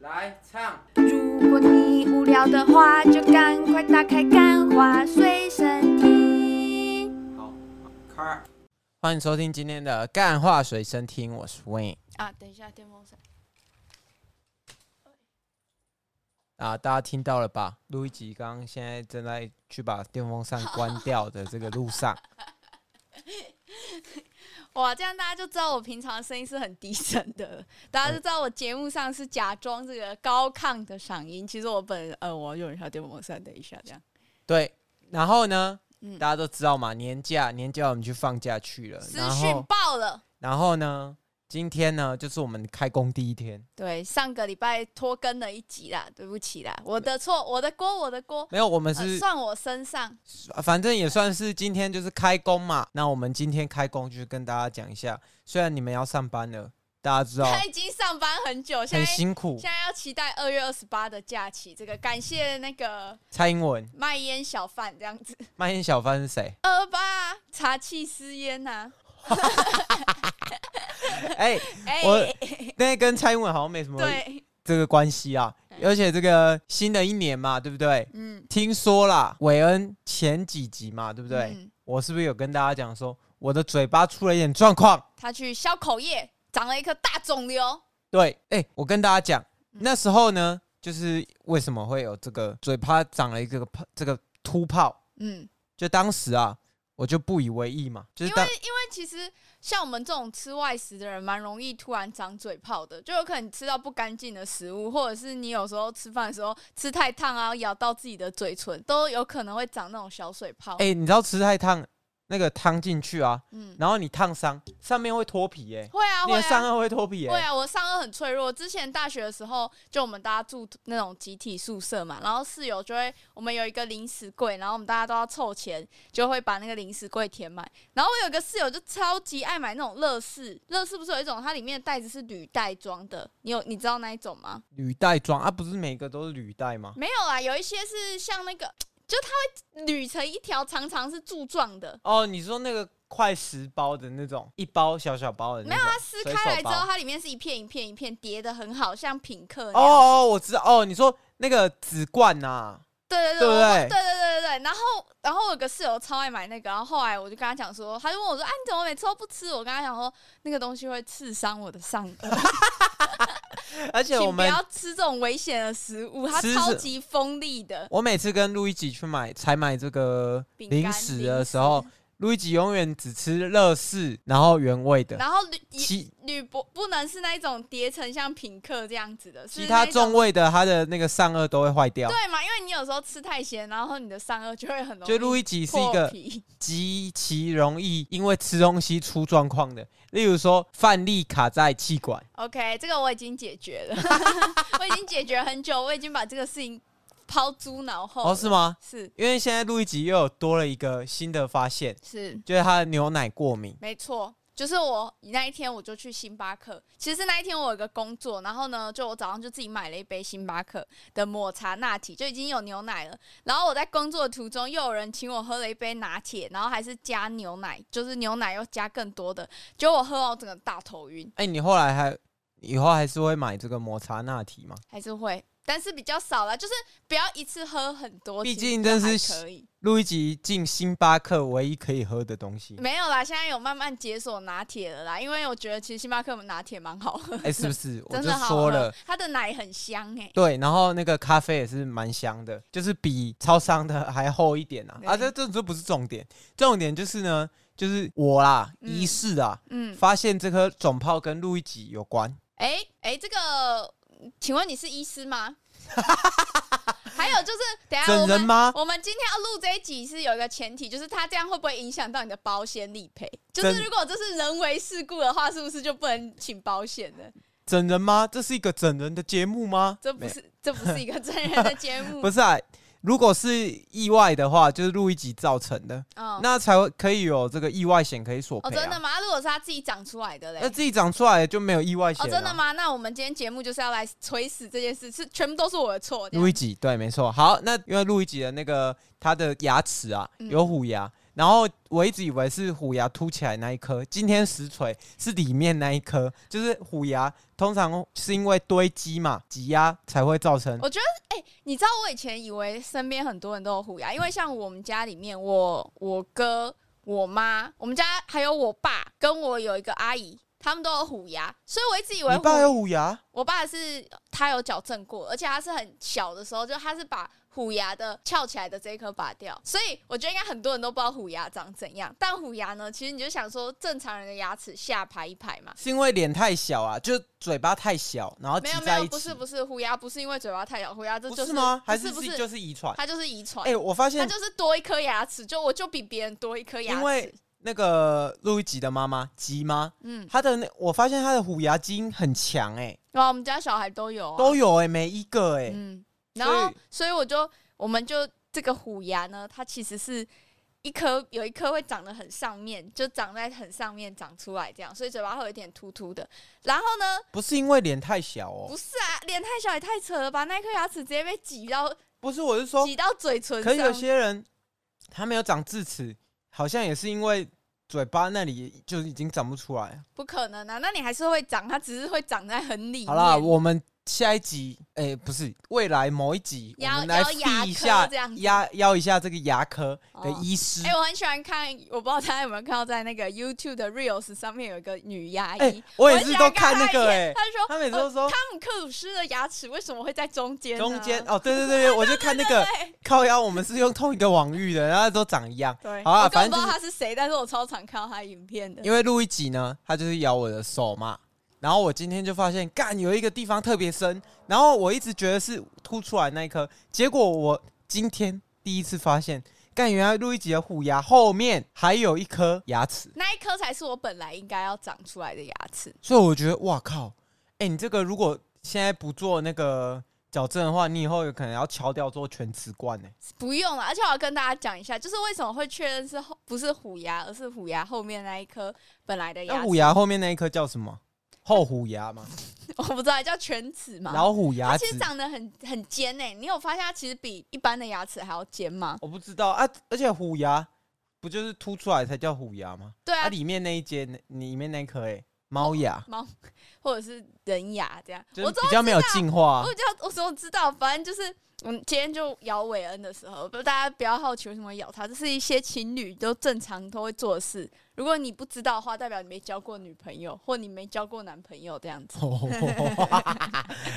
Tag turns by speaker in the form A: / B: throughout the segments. A: 来唱。
B: 如果你无聊的话，就赶快打开《干花随身听》。
A: 好，开。欢迎收听今天的干话随身听，我是 Wayne
B: 啊，等一下，电风扇。
A: 啊，大家听到了吧？录一集，刚刚现在正在去把电风扇关掉的这个路 上。
B: 哇，这样大家就知道我平常声音是很低沉的，大家就知道我节目上是假装这个高亢的嗓音，其实我本呃，我用一下电风扇，等一下这样。
A: 对，然后呢，
B: 嗯
A: 大家都知道嘛，年假年假我们去放假去了，
B: 资
A: 呃然
B: 讯
A: 后
B: 爆了。
A: 然后呢，今天呢就是我们开工第一天，
B: 对，上个礼拜拖更了一集啦，对不起啦，我的错，我的锅，我的锅，
A: 没有，我们
B: 呃、
A: 是、哦
B: 算我身上。
A: 反正也算是今天就是开工嘛。那我们今天开工就是跟大家讲一下，虽然你们要上班了，大家知道
B: 他已经上班很久，现
A: 很
B: 在
A: 辛苦
B: 现，在要期待二月二十八的假期。这个感谢那个
A: 蔡英文
B: 卖烟小贩这样子，
A: 卖烟小贩是谁？
B: 二八茶气私烟呐、
A: 哎、
B: 哎、
A: 我那跟蔡英文好像没什么
B: 对，
A: 这个关系啊。而且这个新的一年嘛，对不对？
B: 嗯，
A: 听说啦，韦恩前几集嘛，对不对？
B: 嗯
A: 我是不是有跟大家讲说，我的嘴巴出了一点状况？
B: 他去消口液，长了一颗大肿瘤。
A: 对，哎、我跟大家讲，
B: 嗯
A: 那时候呢，就是为什么会有这个嘴巴长了一个泡这个凸泡，
B: 嗯，
A: 就当时啊，我就不以为意嘛，就
B: 因
A: 是
B: 为因
A: 当
B: 为其实像我们这种吃外食的人，蛮容易突然长嘴泡的，就有可能你吃到不干净的食物，或者是你有时候吃饭的时候吃太烫啊，咬到自己的嘴唇，都有可能会长那种小水泡。
A: 哎、你知道吃太烫那个汤进去啊，
B: 嗯，
A: 然后你烫伤，上面会脱皮耶、
B: 会啊，
A: 你
B: 会
A: 的
B: 啊。
A: 上颚会脱皮耶、
B: 对啊，我上颚很脆弱。之前大学的时候，就我们大家住那种集体宿舍嘛，然后室友就会，我们有一个零食柜，然后我们大家都要凑钱，就会把那个零食柜填满。然后我有个室友就超级爱买那种乐事，乐事不是有一种它里面的袋子是铝袋装的，你有你知道那一种吗？
A: 履带装啊，不是每个都是履带吗？
B: 没有啊，有一些是像那个，就它会捋成一条，常常是柱状的。
A: 哦，你说那个快十包的那种，一包小小包的那
B: 没
A: 种，
B: 有啊，撕
A: 随
B: 开
A: 手
B: 来之
A: 包
B: 后，它里面是一片一片一片叠的很好，像品客那样子。
A: 哦哦，我知道哦，你说那个纸罐啊呐、
B: 对对
A: 对不
B: 对
A: 对
B: 我对对对对对然后然后我有个室友超爱买那个，然后后来我就跟他讲说，他就问我说：“啊，你怎么每次都不吃？”我跟他讲说，那个东西会刺伤我 的上颚，
A: 而且我
B: 请不
A: 们
B: 要吃这种危险的食物，它
A: 吃
B: 超
A: 是
B: 级锋利的。
A: 我每次跟路易吉去买采买这个
B: 饼干
A: 零食的时候，路易吉永远只吃乐事，然后原味的，
B: 然后铝也
A: 啊其
B: 铝箔不能是那一种叠成像品客这样子的，是
A: 其他
B: 那一种
A: 重味的，它的那个上颚都会坏掉。
B: 对嘛？因为你有时候吃太咸，然后你的上颚就会很容易
A: 就路易吉是一
B: 破
A: 个
B: 皮
A: 极其容易因为吃东西出状况的，例如说饭粒卡在气管，
B: OK，这个我已经解决了， 我已经解决很久，我已经把这个事情抛诸脑后了。
A: 哦，是吗？
B: 是
A: 因为现在路易吉又有多了一个新的发现，
B: 是，
A: 就是他的牛奶过敏。
B: 没错。就是我那一天我就去星巴克，其实那一天我有个工作，然后呢，就我早上就自己买了一杯星巴克的抹茶拿铁，就已经有牛奶了。然后我在工作的途中又有人请我喝了一杯拿铁，然后还是加牛奶，就是牛奶又加更多的，结果我喝完我整个大头晕，
A: 哎、你后来还以后还是会买这个抹茶拿铁吗？
B: 还是会，但是比较少了，就是不要一次喝很多，
A: 毕
B: 其实
A: 竟
B: 这样
A: 这
B: 还
A: 是
B: 可以。
A: 路易吉进星巴克唯一可以喝的东 西，
B: 没有啦，现在有慢慢解锁拿铁了啦，因为我觉得其实星巴克拿铁蛮好喝，
A: 哎、是不是？我
B: 真
A: 就
B: 的好
A: 说
B: 喝
A: 了，，
B: 它的奶很香哎、
A: 对，然后那个咖啡也是蛮香的，就是比超商的还厚一点啊。啊，这
B: 对
A: 这这不是重点，重点就是呢，就是我啦，
B: 嗯
A: 疑似啊，
B: 嗯，
A: 发现这颗肿泡跟路易吉有关。
B: 哎、哎、这个，请问你是医师吗？ 还有就是，等一下
A: 整
B: 我
A: 人
B: 们
A: 吗？
B: 我们今天要录这一集是有一个前提，就是它这样会不会影响到你的保险理赔？就是
A: 真
B: 如果这是人为事故的话，是不是就不能请保险了？
A: 整人吗？这是一个整人的节目吗？
B: 这不
A: 没
B: 是这不是一个 真人的节目，
A: 不是啊。如果是意外的话，就是路易吉造成的，
B: 嗯，
A: 那才会可以有这个意外险可以索赔、
B: 哦，
A: 啊。
B: 真的吗？啊如果是他自己长出来的嘞
A: 那？自己长出来就没有意外险、
B: 哦，
A: 啊
B: 真的？吗？那我们今天节目就是要来锤死这件事，是全部都是我的错。这样
A: 路易吉对，没错。好，那因为路易吉的那个他的牙齿啊
B: 嗯
A: 有虎牙，然后我一直以为是虎牙凸起来那一颗，今天实锤是里面那一颗，就是虎牙通常是因为堆积嘛，挤压才会造成。
B: 我觉得，哎、你知道我以前以为身边很多人都有虎牙，因为像我们家里面，我我哥、我妈，我们家还有我爸，跟我有一个阿姨，他们都有虎牙，所以我一直以为
A: 你
B: 虎
A: 爸有虎牙，
B: 我爸是他有矫正过，而且他是很小的时候，就他是把虎牙的翘起来的这一颗拔掉，所以我觉得应该很多人都不知道虎牙长怎样。但虎牙呢，其实你就想说，正常人的牙齿下排一排嘛，
A: 是因为脸太小啊，就嘴巴太小，然后
B: 没
A: 啊挤
B: 有没
A: 在一
B: 有，
A: 起。
B: 不是不是，虎牙不是因为嘴巴太小，虎牙这
A: 不
B: 就是
A: 吗？还
B: 是不
A: 是
B: 是，
A: 就是遗传？
B: 它就是遗传
A: 哎、，我发
B: 它
A: 现
B: 就是多一颗牙齿，就我就比别人多一颗牙齿，
A: 因为那个路易吉的妈妈吉妈，
B: 嗯，
A: 她的那我发现她的虎牙基因很强哎、
B: 然后我们家小孩都有、啊，
A: 都有哎、每一个哎、
B: 嗯，
A: 所
B: 然
A: 以
B: 后所以我就我们就这个虎牙呢，它其实是一颗有一颗会长得很上面，就长在很上面长出来这样，所以嘴巴会有一点突突的。然后呢，
A: 不是因为脸太小哦、
B: 不是啊，脸太小也太扯了吧，那一颗牙齿直接被挤到
A: 不是，我是说，
B: 挤到嘴唇
A: 可
B: 上。
A: 是有些人他没有长智齿，好像也是因为嘴巴那里就已经长不出来。
B: 不可能啊，那你还是会长，它只是会长在很里面。
A: 好啦，我们下一集，哎、不是未来某一集，我
B: 邀
A: 们来
B: 邀牙
A: feed 一
B: 科
A: 下
B: 这样子
A: 压邀一下这个牙科的
B: 哦
A: 医师。
B: 哎、我很喜欢看，我不知道大家有没有看到，在那个 YouTube 的 Reels 上面有一个女牙医，
A: 哎、我也
B: 很
A: 是
B: 喜
A: 都
B: 欢
A: 看那
B: 她
A: 个
B: 的
A: 哎、
B: 影片她就说
A: 他每次都说
B: 呃汤姆克鲁斯的牙齿为什么会在中间呢？
A: 中间哦，对对对对，我就看那 个
B: 对
A: 靠腰，我们是用同一个网域的，然后都长一样。
B: 对，
A: 好啦啊
B: 我根
A: 反正
B: 本
A: 就是
B: 不知道他是谁，但是我超常看到他影片的。
A: 因为录一集呢，他就是咬我的手嘛。然后我今天就发现，干有一个地方特别深，然后我一直觉得是凸出来那一颗，结果我今天第一次发现，干原来录一集的虎牙后面还有一颗牙齿，
B: 那一颗才是我本来应该要长出来的牙齿，
A: 所以我觉得哇靠，哎、你这个如果现在不做那个矫正的话，你以后有可能要敲掉做全瓷冠呢、欸
B: 不用了。而且我要跟大家讲一下，就是为什么会确认是后不是虎牙，而是虎牙后面那一颗本来的牙
A: 那
B: 齿。
A: 虎牙后面那一颗叫什么？后虎牙嘛，
B: 我不知道叫犬齿嘛。
A: 老虎牙
B: 它
A: 齿
B: 其。实长得很很尖诶、你有发现它其实比一般的牙齿还要尖吗？
A: 我不知道啊，而且虎牙不就是凸出来才叫虎牙吗？
B: 对
A: 它、
B: 啊，
A: 里面那一节，里面那一颗哎、猫牙，
B: 猫 或者是人牙这样。
A: 就
B: 我
A: 是
B: 知道
A: 比较没有进化、
B: 我比较我怎么知道？反正就是我们今天就咬韦恩的时候，不大家不要好奇为什么咬他，这是一些情侣都正常都会做的事。如果你不知道的话，代表你没交过女朋友，或你没交过男朋友这样子。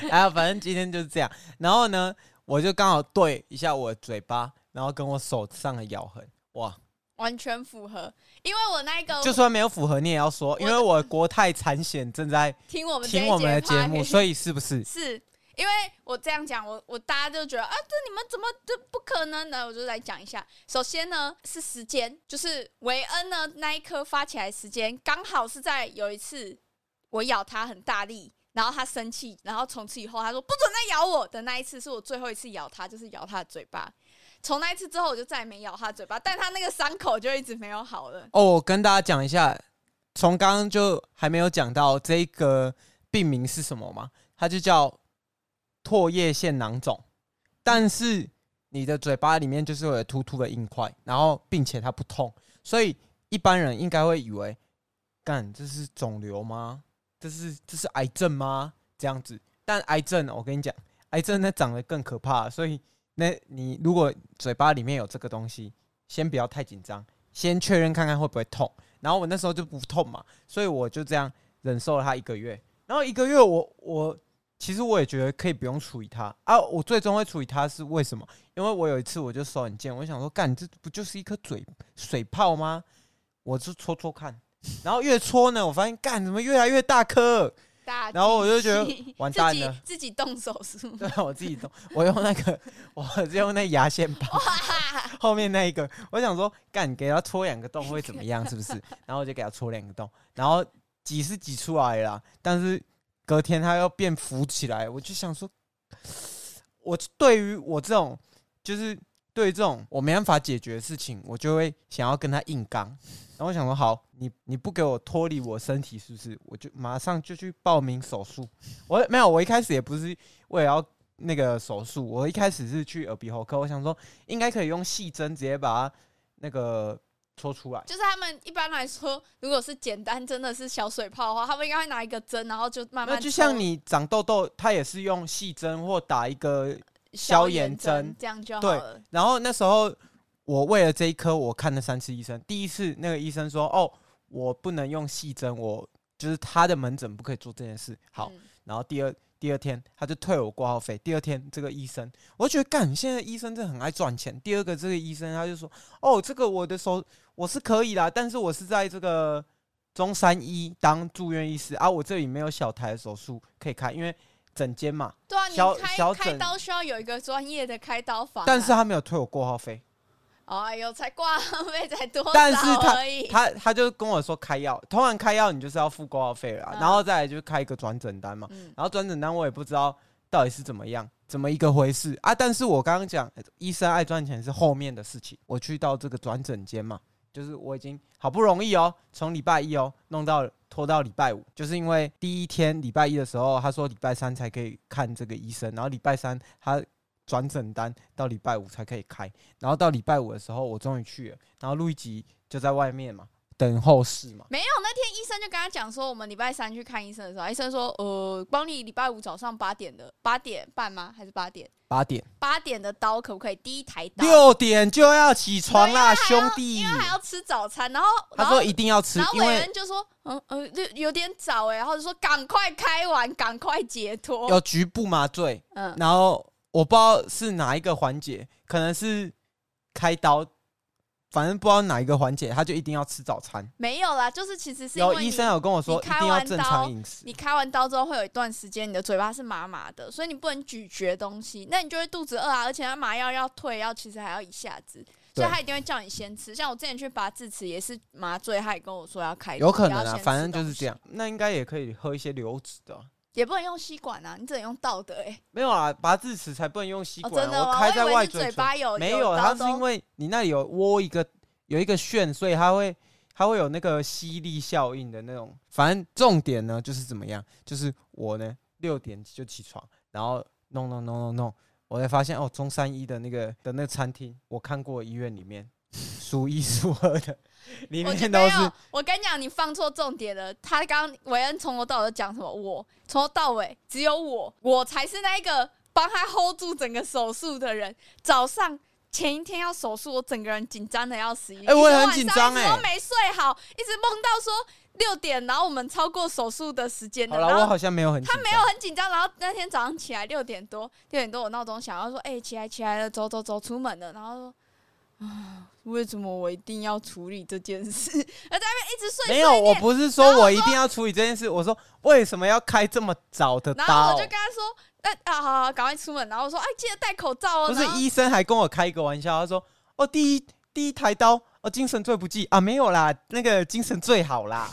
A: 哎呀，反正今天就是这样。然后呢，我就刚好对一下我的嘴巴，然后跟我手上的咬痕，哇，
B: 完全符合，因为我那一个
A: 就算没有符合你也要说，因为我国泰产险正在
B: 听我们这一
A: 听我们的节目，
B: podcast
A: 所以是不是？
B: 是因为我这样讲，我我大家就觉得啊，这你们怎么这不可能呢？我就来讲一下。首先呢是时间，就是维恩呢那一颗发起来的时间刚好是在有一次我咬他很大力，然后他生气，然后从此以后他说不准再咬我的那一次是我最后一次咬他，就是咬他的嘴巴。从那一次之后，我就再也没咬他的嘴巴，但他那个伤口就一直没有好了。
A: 哦，我跟大家讲一下，从刚刚就还没有讲到这个病名是什么嘛？它就叫唾液腺囊肿，但是你的嘴巴里面就是会有突突的硬块，然后并且它不痛，所以一般人应该会以为，干这是肿瘤吗？这是这是癌症吗？这样子，但癌症我跟你讲，癌症那长得更可怕，所以那你如果嘴巴里面有这个东西，先不要太紧张。先确认看看会不会痛。然后我那时候就不痛嘛，所以我就这样忍受了它一个月。然后一个月我我其实我也觉得可以不用处理它啊，我最终会处理它是为什么？因为我有一次我就手很贱，我想说干这不就是一颗嘴水泡吗？我就戳戳看，然后越戳呢，我发现干怎么越来越大颗，
B: 大家
A: 然后我就觉得
B: 自己
A: 完蛋
B: 自己
A: 了
B: 自己动手 术。
A: 对啊我自己动，我用那个 我是用那牙线棒。 后面那一个，我想说，干给他戳两个洞会怎么样？是不是？然后我就给他戳两个洞，然后挤是挤出来了啦，但是隔天它又变浮起来，我就想说，我对于我这种就是对于这种我没办法解决的事情，我就会想要跟他硬刚。然后我想说，好，你你不给我脱离我身体，是不是？我就马上就去报名手术。我没有，我一开始也不是为了要那个手术，我一开始是去耳鼻喉科，我想说应该可以用细针直接把它那个搓出来。
B: 就是他们一般来说，如果是简单真的是小水泡的话，他们应该会拿一个针，然后就慢
A: 那
B: 慢
A: 就像
B: 抽
A: 你长痘痘，它也是用细针或打一个消
B: 消
A: 炎针
B: 针，这样就好
A: 对
B: 了。
A: 然后那时候我为了这一科，我看了三次医生。第一次那个医生说：“哦，我不能用细针，我就是他的门诊不可以做这件事。”好，
B: 嗯
A: 然后第二第二天他就退我挂号费。第二天这个医生，我就觉得干，现在医生真的很爱赚钱。第二个这个医生他就说：“哦，这个我的手我是可以啦，但是我是在这个中山医当住院医师啊，我这里没有小台的手术可以开，因为整间嘛。
B: 对啊，你
A: 小小
B: 开开
A: 整
B: 刀需要有一个专业的开刀房啊、
A: 但是他没有退我挂号费。”
B: 哦哎呦，才挂 号费才多少
A: 但是他
B: 而已，
A: 他他就跟我说开药，通常开药你就是要付挂号费了啊、
B: 嗯
A: 然后再来就是开一个转诊单嘛，
B: 嗯，
A: 然后转诊单我也不知道到底是怎么样，怎么一个回事啊？但是我刚刚讲医生爱赚钱是后面的事情，我去到这个转诊间嘛，就是我已经好不容易哦，从礼拜一哦弄到拖到礼拜五，就是因为第一天礼拜一的时候他说礼拜三才可以看这个医生，然后礼拜三他。转诊单到礼拜五才可以开，然后到礼拜五的时候我终于去了，然后录一集就在外面嘛，等候室嘛，
B: 没有，那天医生就跟他讲说，我们礼拜三去看医生的时候，医生说，呃，帮你礼拜五早上八点的八点半吗？还是八点？
A: 八点
B: 八点的刀可不可以？第一台刀，
A: 六点就要起床啦，
B: 对因为还要
A: 兄弟。
B: 因为还要吃早餐，然后
A: 他
B: 然
A: 说
B: 后
A: 一定要吃
B: 然，后
A: 因
B: 伟
A: 为
B: 恩就说，嗯呃，就有点早哎、然后就说赶快开完，赶快解脱，
A: 有局部麻醉。
B: 嗯，
A: 然后我不知道是哪一个环节，可能是开刀，反正不知道哪一个环节，他就一定要吃早餐。
B: 没有啦，就是其实是因
A: 有
B: 为
A: 医
B: 你
A: 生有跟我说，
B: 你
A: 一
B: 开
A: 定要
B: 完
A: 正
B: 刀
A: 常饮食。
B: 你开完刀之后会有一段时间你的嘴巴是麻麻的，所以你不能咀嚼东西，那你就会肚子饿啊，而且它麻药要退药，其实还要一下子，所
A: 对
B: 以他一定会叫你先吃。像我之前去拔智齿也是麻醉，他也跟我说要开刀，
A: 有可能
B: 不
A: 啊，
B: 要先吃
A: 反正就是这
B: 东
A: 样。那应该也可以喝一些流质的啊、
B: 西，也不能用吸管啊，你只能用倒的哎、欸
A: 没有啊，拔智齿才不能用吸
B: 哦，
A: 管
B: 真
A: 啊、
B: 的吗？
A: 开
B: 我以
A: 在
B: 为
A: 外
B: 是
A: 嘴
B: 嘴
A: 唇。
B: 巴有
A: 没
B: 哦有
A: 有，
B: 刀
A: 它
B: 都
A: 是因为你那里有窝一个有一个旋，所以它会它会有那个吸力效应的那种。反正重点呢就是怎么样，就是我呢六点就起床，然后弄弄弄弄弄，我才发现哦，中山一的那个的那个餐厅，我看过医院里面数一数二的，里
B: 我觉
A: 面
B: 得
A: 都
B: 没有
A: 是。
B: 我跟你讲，你放错重点了。他刚韦恩从头到尾都讲什么？我从头到尾只有我，我才是那一个帮他 hold 住整个手术的人。早上前一天要手术，我整个人紧张的要死。
A: 哎我也很
B: 一直晚上
A: 紧张哎
B: 一直都没睡好，一直梦到说六点，然后我们超过手术的时间
A: 好
B: 了，
A: 了，我
B: 然后。
A: 好像没有很
B: 他
A: 紧
B: 没有
A: 张
B: 很紧张，然后那天早上起来六点多，六点多我闹钟响，然后说：“哎、起来起来了，走走走，出门了。”然后说：“啊，为什么我一定要处理这件事？” 而在那边一直睡，
A: 没有，
B: 睡
A: 我
B: 念
A: 不是说我一定要处理这件事，我说为什么要开这么早的
B: 然后
A: 刀
B: 我就？跟他说：“那啊，好好，赶快出门。”然后我说：“哎，记得戴口罩哦。”
A: 不是
B: 然后
A: 医生还跟我开一个玩笑，他说：“哦，第一第一台刀，哦，精神最不济啊，没有啦，那个精神最好啦。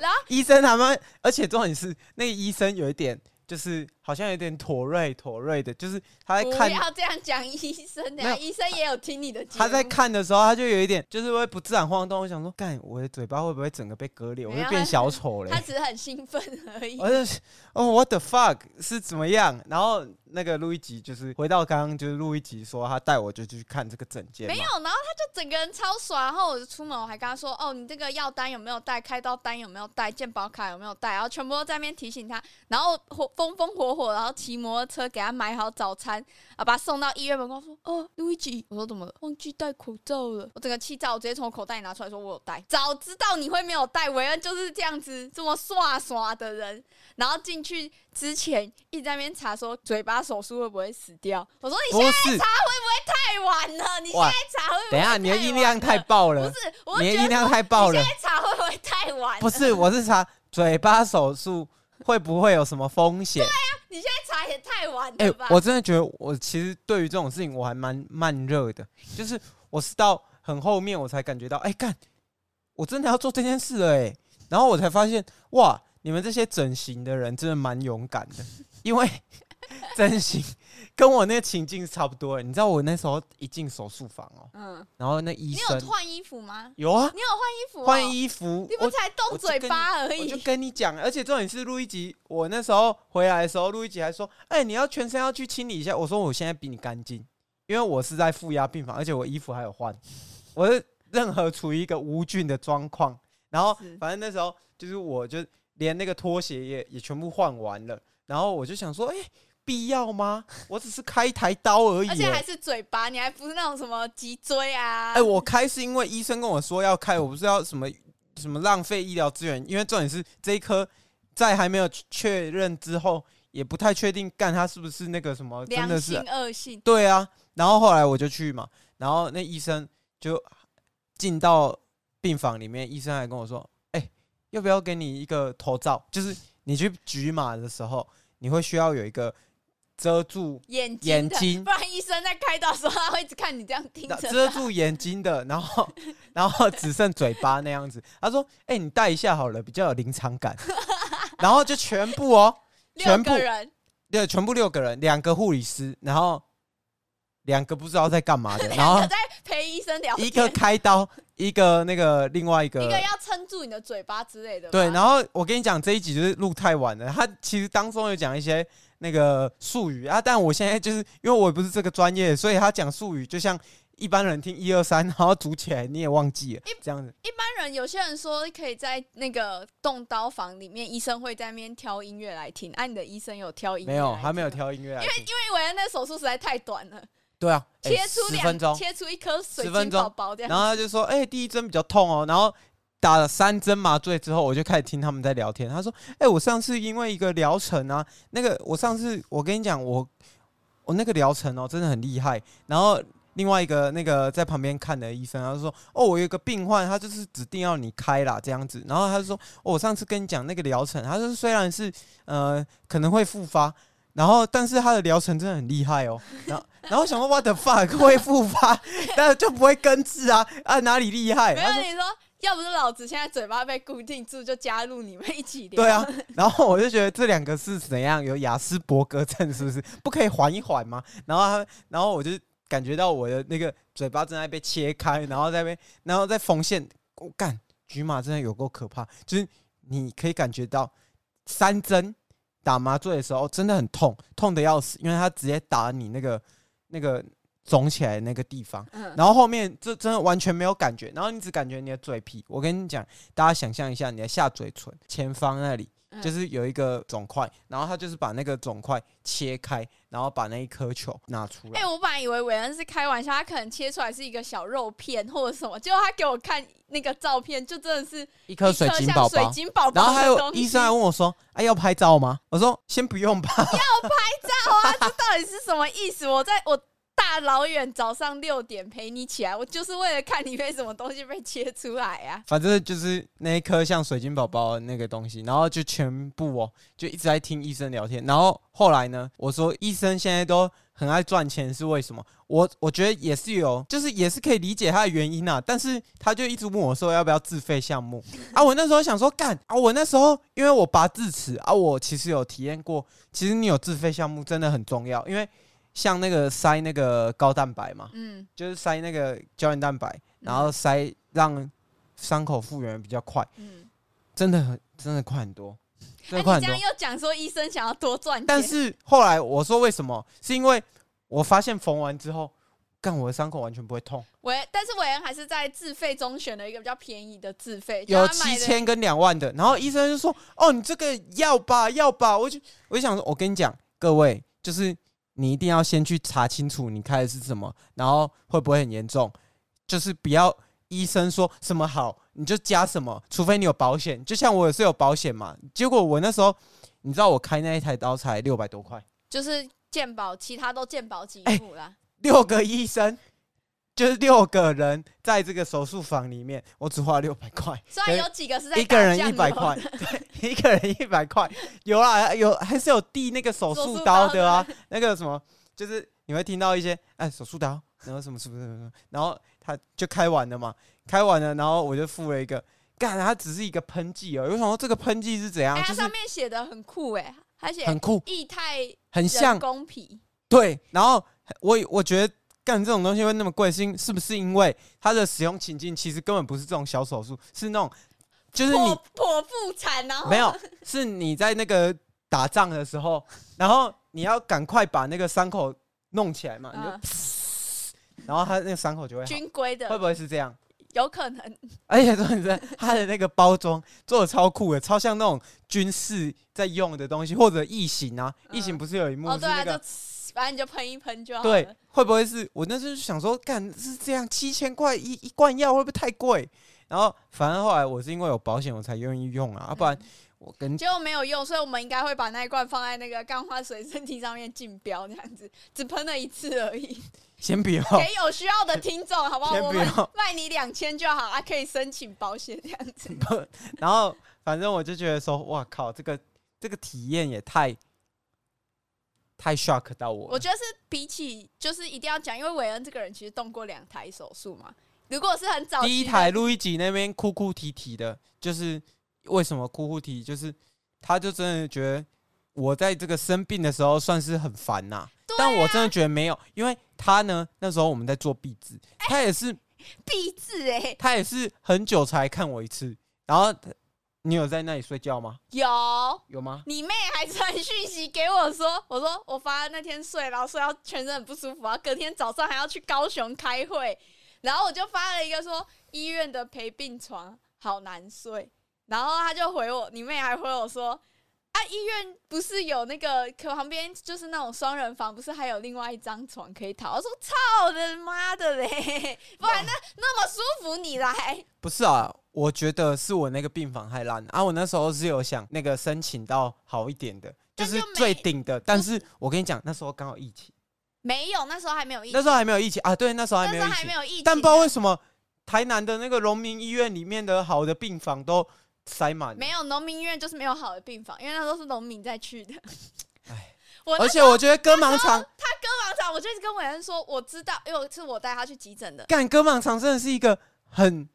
B: 然后”
A: 医生他们，而且重点是那个医生有一点，就是好像有点妥瑞妥瑞的，就是他在
B: 不
A: 看
B: 要这样讲医生
A: 没有
B: 的，医生也有听你的节目。
A: 他在看的时候，他就有一点就是会不自然晃动。我想说，干我的嘴巴会不会整个被割裂，我
B: 没
A: 就
B: 有
A: 变
B: 他
A: 小丑嘞
B: 他？只是很兴奋而 已。
A: 我就是哦，what the fuck 是怎么样？然后那个路易吉就是回到刚刚，就是路易吉说他带我就去看这个整间嘛，
B: 没有，然后他就整个人超爽，然后我就出门，我还跟他说：“哦，你这个药单有没有带？开刀单有没有带？健保卡有没有带？”然后全部都在那边提醒他，然后火风风火火，然后骑摩托车给他买好早餐，啊，把他送到医院门口说：“哦，路易吉，我说怎么了？忘记戴口罩了。”我整个气炸，我直接从我口袋里拿出来说：“我有戴。”早知道你会没有戴，韦恩就是这样子这么刷刷的人。然后进去之前一直在那边查说嘴巴手术会不会死掉，我说你
A: 不
B: 现在
A: 是
B: 太晚了，你现
A: 哇
B: 在查会 不会
A: 等一下，
B: 晚
A: 你的音
B: 了
A: 量太爆
B: 不
A: 了，
B: 是，我
A: 你
B: 觉
A: 的
B: 得
A: 音量太爆了
B: 你现。在嗯查会不会太晚？
A: 不，是，我是查嘴巴手术会不会有什么风 险？
B: 你现在查也太晚
A: 哎、
B: 了吧？
A: 我真的觉得我其实对于这种事情我还蛮慢热的，就是我是到很后面我才感觉到，哎、干，我真的要做这件事了、哎，然后我才发现，哇，你们这些整形的人真的蛮勇敢的， 因为整形跟我那个情境是差不多的。你知道我那时候一进手术房哦，
B: 嗯，
A: 然后那医
B: 你
A: 生
B: 有换衣服吗？
A: 有啊，
B: 你有换衣服、哦？
A: 换，衣服，
B: 你
A: 我
B: 不才动嘴巴而
A: 我就
B: 已。
A: 跟你讲，而且重点是录一集，我那时候回来的时候，录一集还说：“哎、你要全身要去清理一 下。”我说：“我现在比你干净，因为我是在负压病房，而且我衣服还有换。”我是任何处于一个无菌的状况。然后
B: 是
A: 反正那时候就是我就连那个拖鞋也也全部换完了，然后我就想说，哎、必要吗？我只是开一台刀而已、
B: 而且还
A: 哎、
B: 是嘴巴，你还不是那种什么脊椎啊？
A: 哎我开是因为医生跟我说要开，我不知道什么什么浪费医疗资源，因为重点是这一颗在还没有确认之后，也不太确定干它是不是那个什么，真
B: 良
A: 的是
B: 性恶性，
A: 对啊，然后后来我就去嘛，然后那医生就进到病房里面，医生还跟我说：“哎、要不要给你一个头罩？就是你去局麻的时候，你会需要有一个遮住
B: 眼睛
A: 眼
B: 的
A: 睛
B: 不然医生在开刀的时候，他会一直看你这样盯
A: 那
B: 着。
A: 遮住眼睛的，然 后然后只剩嘴巴那样子。”他说：“哎、你戴一下好了，比较有临场 感。”然后就全部哦，
B: 六
A: 全部
B: 个人，
A: 对，全部六个人，两个护理师，然后两个不知道在干嘛 的，然后
B: 两个在陪医生聊天，
A: 一个开刀，一个那个另外一个
B: 一个要撑住你的嘴巴之类的吧。
A: 对。然后我跟你讲，这一集就是录太晚了。他其实当中有讲一些那个术语啊，但我现在就是因为我也不是这个专业，所以他讲术语就像一般人听一二三，然后组起来你也忘记了这样子。
B: 一般人有些人说可以在那个动刀房里面，医生会在那边挑音乐来听。啊，你的医生有挑音乐？
A: 没有，他没有，挑音乐来听，因为因为
B: 因为那手术实在太短了，
A: 对啊，哎
B: 切出
A: 十
B: 两
A: 分钟，
B: 切出一颗水
A: 10分
B: 晶
A: 钟
B: 宝宝这
A: 然
B: 样。
A: 后他就说：“哎、第一针比较痛哦。”然后打了三针麻醉之后，我就开始听他们在聊天。他说：“哎、我上次因为一个疗程啊，那个我上次我跟你讲，我我那个疗程哦，真的很厉害。”然后另外一个那个在旁边看的医生，他就说：“哦，我有一个病患，他就是指定要你开啦这样子。”然后他就说：“哦，我上次跟你讲那个疗程，他说虽然是呃可能会复发。”然后，但是他的疗程真的很厉害哦。然后，然后想说 what the fuck 会复发， 但就不会根治啊啊哪里厉 害？
B: 没
A: 他
B: 有，
A: 说
B: 你说要不是老子现在嘴巴被固定住，就加入你们一起聊。
A: 对啊，然后我就觉得这两个是怎样有雅斯伯格症是不是？不可以缓一缓吗？然后他，然后我就感觉到我的那个嘴巴正在被切开，然后在被然后再缝线，我、干局麻真的有够可怕，就是你可以感觉到三针打麻醉的时候真的很痛，痛的要死，因为他直接打你那个那个肿起来的那个地方。
B: 嗯，
A: 然后后面这真的完全没有感觉，然后你只感觉你的嘴皮。我跟你讲，大家想象一下，你的下嘴唇前方那里
B: 嗯
A: 就是有一个肿块，然后他就是把那个肿块切开，然后把那一颗球拿出
B: 哎、
A: 来。
B: 我本来以为韦恩是开玩笑，他可能切出来是一个小肉片或者什么，结果他给我看那个照片，就真的是
A: 一颗
B: 一
A: 水晶
B: 像
A: 宝
B: 水
A: 宝。
B: 晶宝
A: 然后
B: 宝
A: 还
B: 的
A: 有
B: 东西。
A: 医生还问我说：“哎、要拍照吗？”我说：“先不用吧。
B: 啊到底是什么意思？我在我大老远早上六点陪你起来，我就是为了看你被什么东西被切出来啊！
A: 反正就是那一颗像水晶宝宝的那个东西，然后就全部哦，就一直在听医生聊天。然后后来呢，我说医生现在都很爱赚钱是为什么？我我觉得也是有，就是也是可以理解他的原因啊。但是他就一直问我说要不要自费项目啊？我那时候想说干啊！我那时候因为我拔智齿啊，我其实有体验过，其实你有自费项目真的很重要，因为像那个塞那个高蛋白嘛，
B: 嗯，
A: 就是塞那个胶原蛋白，然后塞让伤口复原比较快，
B: 嗯，
A: 真的很真的快很多，真
B: 那、
A: 的快
B: 你
A: 很
B: 这
A: 多
B: 样。又讲说医生想要多赚钱，
A: 但是后来我说为什么？是因为我发现缝完之后，干我的伤口完全不会痛，
B: 韦，但是韦恩还是在自费中选了一个比较便宜的自费，
A: 有
B: 就他买
A: 七
B: 的，
A: 千跟两万的。然后医生就说：“哦，你这个要吧要吧。”我就我就想说，我跟你讲，各位就是你一定要先去查清楚你开的是什么，然后会不会很严重，就是不要医生说什么好你就加什么，除非你有保险。就像我也是有保险嘛，结果我那时候你知道我开那一台刀才六百多块，
B: 就是鉴宝，其他都鉴宝
A: 哎
B: 给付啦。
A: 六个医生。就是六个人在这个手术房里面，我只花六百块，
B: 虽然有几个是在
A: 一个人
B: 打
A: 一
B: 酱
A: 百
B: 油
A: 块
B: 的，
A: 对，一 个人一百块，有啊，有还是有递那个手
B: 手
A: 术
B: 术
A: 刀
B: 刀
A: 的啊， 那个什么，就是你会听到一些哎手术刀，然后什么什么什么什么，然后他就开完了嘛，开完了，然后我就付了一个，干，它只是一个喷剂哦，我想说这个喷剂是怎样，
B: 哎、
A: 啊就
B: 它
A: 是
B: 上面写的很酷哎、它写
A: 很酷，
B: 液态
A: 很像
B: 人，工皮，
A: 对，然后我我觉得干这种东西会那么贵，是因是不是因为它的使用情境其实根本不是这种小手术，是那种就是你
B: 剖剖腹产，然后
A: 没有，是你在那个打仗的时 候，然后你要赶快把那个伤口弄起来嘛，你就
B: 嗯
A: 然后它那个伤口就会好。
B: 军规的
A: 会不会是这样？
B: 有可能
A: 而且重点是它的那个包装做的超酷的，超像那种军事在用的东西，或者异形啊，
B: 嗯
A: 异形不是有一幕
B: 哦，
A: 是
B: 对啊，
A: 那
B: 就
A: 个、
B: 反正你就喷一喷就好了。
A: 对，会不会是我那时候就想说，干是这样，七千块一一罐药会不会太贵？然后反正后来我是因为有保险我才愿意用啊，啊不
B: 嗯
A: 然我跟
B: 结果没有用，所以我们应该会把那一罐放在那个干花水身体上面竞标，这样子只喷了一次而已。
A: 先不要，
B: 给有需要的听众，好不好？
A: 哦先
B: 我
A: 不
B: 们
A: 要，
B: 卖你两千就好啊，可以申请保险这样子。
A: 然后反正我就觉得说，哇靠，这个这个体验也太太 shock 到我了，
B: 我觉得是比起就是一定要讲，因为韦恩这个人其实动过两台手术嘛。如果是很早期的
A: 第一台录一集那边哭哭啼啼的，就是为什么哭哭啼啼，就是他就真的觉得我在这个生病的时候算是很烦呐、
B: 对啊
A: 但我真的觉得没有，因为他呢那时候我们在做壁纸，他也是
B: 壁纸哎、
A: 他也是很久才看我一次，然后他你有在那里睡觉吗？
B: 有
A: 有吗？
B: 你妹还传讯息给我说， 我说我发那天睡，然后睡到全身很不舒服，然后隔天早上还要去高雄开会，然后我就发了一个说医院的陪病床好难睡，然后他就回我，你妹还回我说。啊，医院不是有那个可旁边就是那种双人房，不是还有另外一张床可以躺？我说操的妈的嘞， 不然那那么舒服你来，
A: 不是啊，我觉得是我那个病房太烂啊。我那时候是有想那个申请到好一点的，就
B: 但
A: 是
B: 就没嗯
A: 最顶的，但是我跟你讲，那时候刚好疫情。
B: 没有那时候还没有疫情，
A: 那时候还没有疫情啊，对，那时候还
B: 那
A: 没
B: 时
A: 有疫
B: 候还
A: 情
B: 没，有疫情啊，
A: 但不知道为什么台南的那个荣民医院里面的好的病房都塞满了，
B: 没有农民医院就是没有好的病房，因为那都是农民在去的。
A: 唉
B: 我那
A: 而且我觉得割盲肠，
B: 个盲肠，我就是跟伟恩说，我知道，因为是我带他去急诊的，
A: 干割盲肠真的是一个很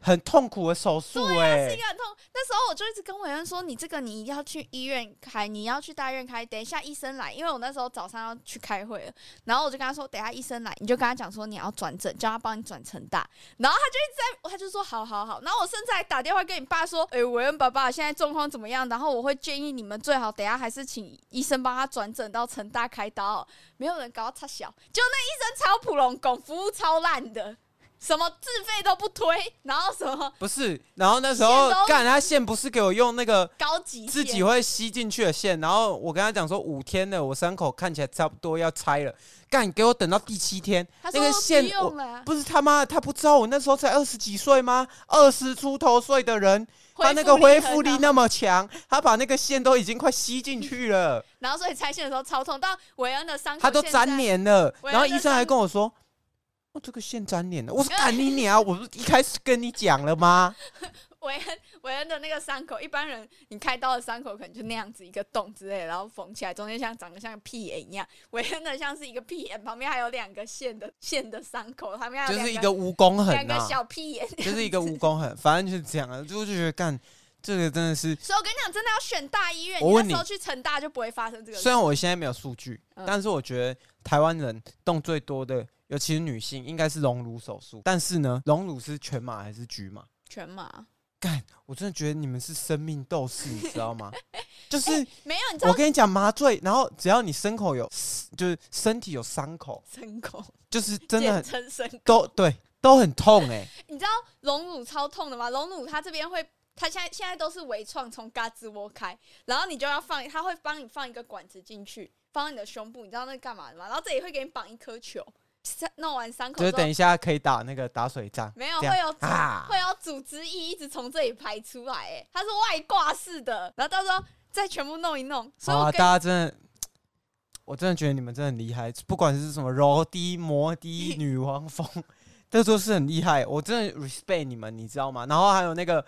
A: 很痛苦的手术哎、
B: 啊是一个很痛。那时候我就一直跟伟恩说，你这个你一定要去医院开，你要去大医院开，等一下医生来，因为我那时候早上要去开会了。然后我就跟他说，等一下医生来，你就跟他讲说你要转诊，叫他帮你转成大。然后他就一直在，他就说好好好。然后我甚至还打电话跟你爸说，诶、伟恩爸爸现在状况怎么样？然后我会建议你们最好等一下还是请医生帮他转诊到成大开刀。哦没有人搞到他小，就那医生超普龙拱，服务超烂的。什么自费都不推，然后什么
A: 不是，然后那时候
B: 线都
A: 干他线不是给我用那个
B: 高级
A: 自己
B: 线
A: 会吸进去的线，然后我跟他讲说五天了，我伤口看起来差不多要拆了，干你给我等到第七天，
B: 他
A: 那
B: 说
A: 个线
B: 不
A: 我
B: 用了，
A: 不是他妈的，他不知道我那时候才二十几岁吗？二十出头岁的人，他那个恢复力
B: 很好，
A: 那么强，他把那个线都已经快吸进去了，
B: 然后所以拆线的时候超痛，到韦恩的伤口
A: 他都
B: 现在
A: 粘连了。
B: 我
A: 然
B: 要
A: 后
B: 再
A: 医生还
B: 粘
A: 跟我说：“哦，这个线粘连了。”我说：“
B: 哎
A: 干你娘！我不是一开始跟你讲了吗？
B: 韦恩韦恩的那个伤口，一般人你开刀的伤口可能就那样子一个洞之类的，然后缝起来，中间像长得像屁眼一样。韦恩的像是一个屁眼，旁边还有两个线的线的伤口，旁边还
A: 就
B: 有
A: 是一
B: 两
A: 个蜈蚣
B: 两
A: 痕
B: 个
A: 啊，
B: 小屁眼。
A: 就是一个蜈蚣痕，反正就是这样啊。就就觉得干这个真的是，
B: 所以我跟你讲，真的要选大医院，
A: 我问
B: 那
A: 你
B: 时候去成大就不会发生这个事。
A: 虽然我现在没有数据，
B: 嗯
A: 但是我觉得台湾人动最多的，尤其是女性，应该是隆乳手术。但是呢，隆乳是全麻还是局麻？
B: 全麻
A: 我真的觉得你们是生命斗士，你知道 吗？就是
B: 没有，哎你知
A: 我
B: 道
A: 跟你讲麻醉，然后只要你牲口有，就是身体有伤口，
B: 伤口
A: 就是真的
B: 简
A: 很
B: 称伤
A: 都对，都很痛哎、
B: 你知道隆乳超痛的吗？隆乳它这边会，它现在现在都是微创从嘎吱窝开，然后你就要放，它会帮你放一个管子进去，放到你的胸部，你知道那是干嘛的吗？然后这里会给你绑一颗球，三弄完伤口
A: 就是
B: 之后
A: 等一下可以打那个打水仗
B: 没有
A: 这样
B: 会有组、
A: 啊
B: 会有组织液一直从这里排出来，哎，它是外挂式的，然后到时候再全部弄一弄，所以
A: 啊！
B: 我
A: 大家
B: 跟。
A: 真的，我真的觉得你们真的很厉害，不管是什么柔滴、摩滴、女王风， 这都是很厉害，我真的 respect 你们，你知道吗？然后还有那个。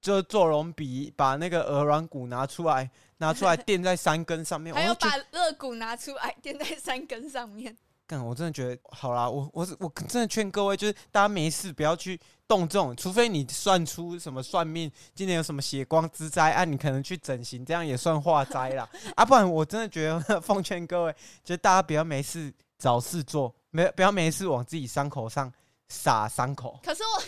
A: 就是做隆鼻，把那个鹅软骨拿出来，拿出来垫在山根上面，我
B: 还
A: 就
B: 有
A: 觉得
B: 把肋骨拿出来垫在山根上面，
A: 干，我真的觉得好啦，我我是我真的劝各位，就是大家没事不要去动这种，除非你算出什么算命，今年有什么血光之灾啊，你可能去整形，这样也算化灾 啦啊，不然我真的觉得 奉劝各位，就是大家不要没事找事做，没不要没事往自己伤口上撒伤口。
B: 可是我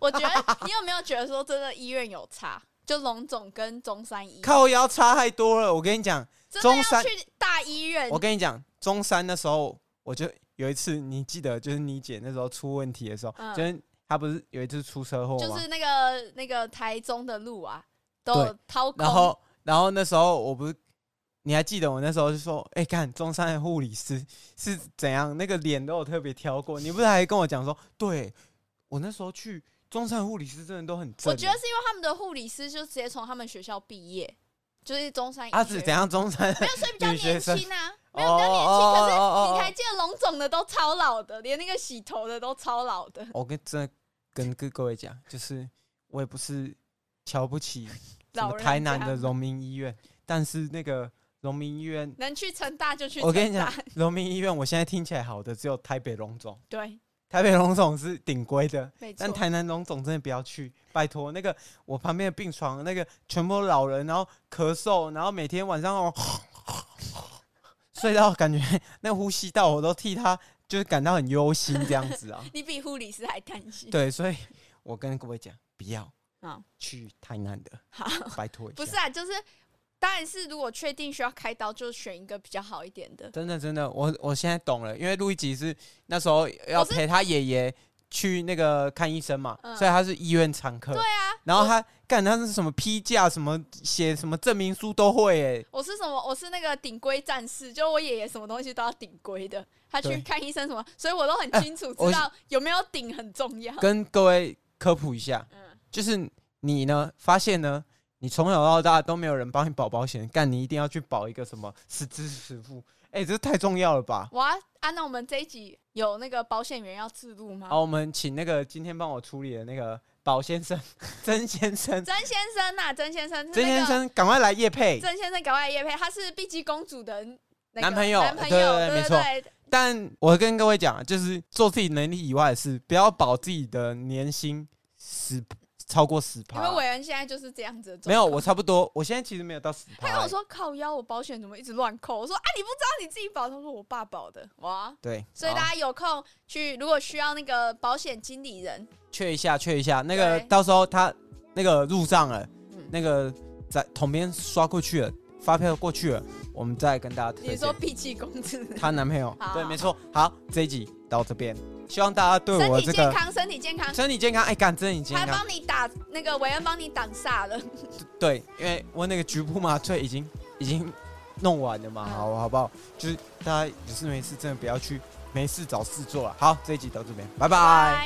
B: 我觉得，你有没有觉得说，真的医院有差？就龙总跟中山医院
A: 靠腰差太多了，我跟你讲，
B: 真的
A: 中
B: 要
A: 山
B: 去大医院，
A: 我跟你讲，中山那时候我就有一次，你记得就是你姐那时候出问题的时候，
B: 嗯
A: 就是他不是有一次出车祸吗？
B: 就是那个那个台中的路啊，都有
A: 对
B: 掏空。
A: 然后，然后那时候我不是，你还记得我那时候就说，哎、看中山的护理师是怎样，那个脸都有特别挑过。你不是还跟我讲说，对我那时候去中山的护理师真的都很正欸，
B: 我觉得是因为他们的护理师就直接从他们学校毕业，就是中山医
A: 阿
B: 学
A: 紫
B: 院
A: 啊怎样中山
B: 没有，所以比较
A: 女学
B: 年
A: 生
B: 轻啊，没有比较年轻。
A: 哦哦哦哦哦
B: 可
A: 哦
B: 是你还记得龙总的都超老的，连那个洗头的都超老的。
A: 我跟真的跟跟各位讲，就是我也不是瞧不起什
B: 老
A: 么
B: 人
A: 台南
B: 家
A: 的荣民医院，但是那个荣民医院，
B: 能去成大就去成大。
A: 我跟你讲，荣民医院我现在听起来好的只有台北荣总，
B: 对，
A: 台北荣总是顶规的，
B: 没错
A: 但。台南荣总真的不要去，拜托。那个我旁边的病床那个全部都老人，然后咳嗽，然后每天晚上 哦睡到感觉那呼吸道我都替他就是感到很忧心这样子 啊。
B: 你比护理师还担心。
A: 对，所以我跟各位讲，不要
B: 好
A: 去台南的，
B: 好，
A: 拜托一下。
B: 不是啊，就是当然是如果确定需要开刀，就选一个比较好一点的。
A: 真的真的，我我现在懂了，因为路易吉是那时候要
B: 我是
A: 陪他爷爷去那个看医生嘛，
B: 嗯
A: 所以他是医院常客。对啊，然后他干他是什么批假，什么写什么证明书都会欸诶、
B: 我是什么？我是那个顶规战士，就我爷爷什么东西都要顶规的。他去
A: 对哦
B: 看医生什么，所以我都很清楚
A: 我
B: 知道有没有顶很重要。
A: 跟各位科普一下，
B: 嗯，
A: 就是你呢发现呢。你从小到大都没有人帮你保保险，干你一定要去保一个什么实支实付，哎、这太重要了吧？
B: 哇，啊，那我们这一集有那个保险员要自录吗？
A: 好，我们请那个今天帮我处理的那个宝先生、 曾先生、
B: 曾先生呐、曾先生，
A: 曾先
B: 那个，
A: 生，赶快来叶配。
B: 曾先生搞外叶配，他是碧姬公主的、那个
A: 男朋友
B: 男朋友，
A: 对对对
B: 对
A: 没错但我跟各位讲，就是做自己能力以外的事，不要保自己的年薪十超过十
B: 因为
A: 趴。
B: 伟恩现在就是这样子的状
A: 没有，
B: 况，
A: 我差不多，我现在其实没有到十趴。欸
B: 他跟我，说靠腰，我保险怎么一直乱扣？我说啊，你不知道你自己保，他说我爸保的，哇！
A: 对，
B: 所以
A: 好
B: 大家有空去，如果需要那个保险经理人，
A: 确一下，确一下，那个
B: 对
A: 到时候他那个入账了，
B: 嗯
A: 那个在桶边刷过去了，发票过去了，我们再跟大家推
B: 你
A: 荐。
B: 说碧姬公主，
A: 她男朋友
B: 好，
A: 对，没错。好，这一集到这边，希望大家对
B: 身
A: 我
B: 体
A: 这
B: 健
A: 个
B: 康，身体健康，
A: 身体健康，哎，干真体健
B: 他
A: 康，
B: 帮你打那个韦恩帮你挡煞了，
A: 对，因为我那个局部麻醉已经已经弄完了嘛，
B: 嗯
A: 好好不好？就是大家有事没事真的不要去没事找事做了。好，这一集到这边，拜拜。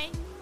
B: 拜。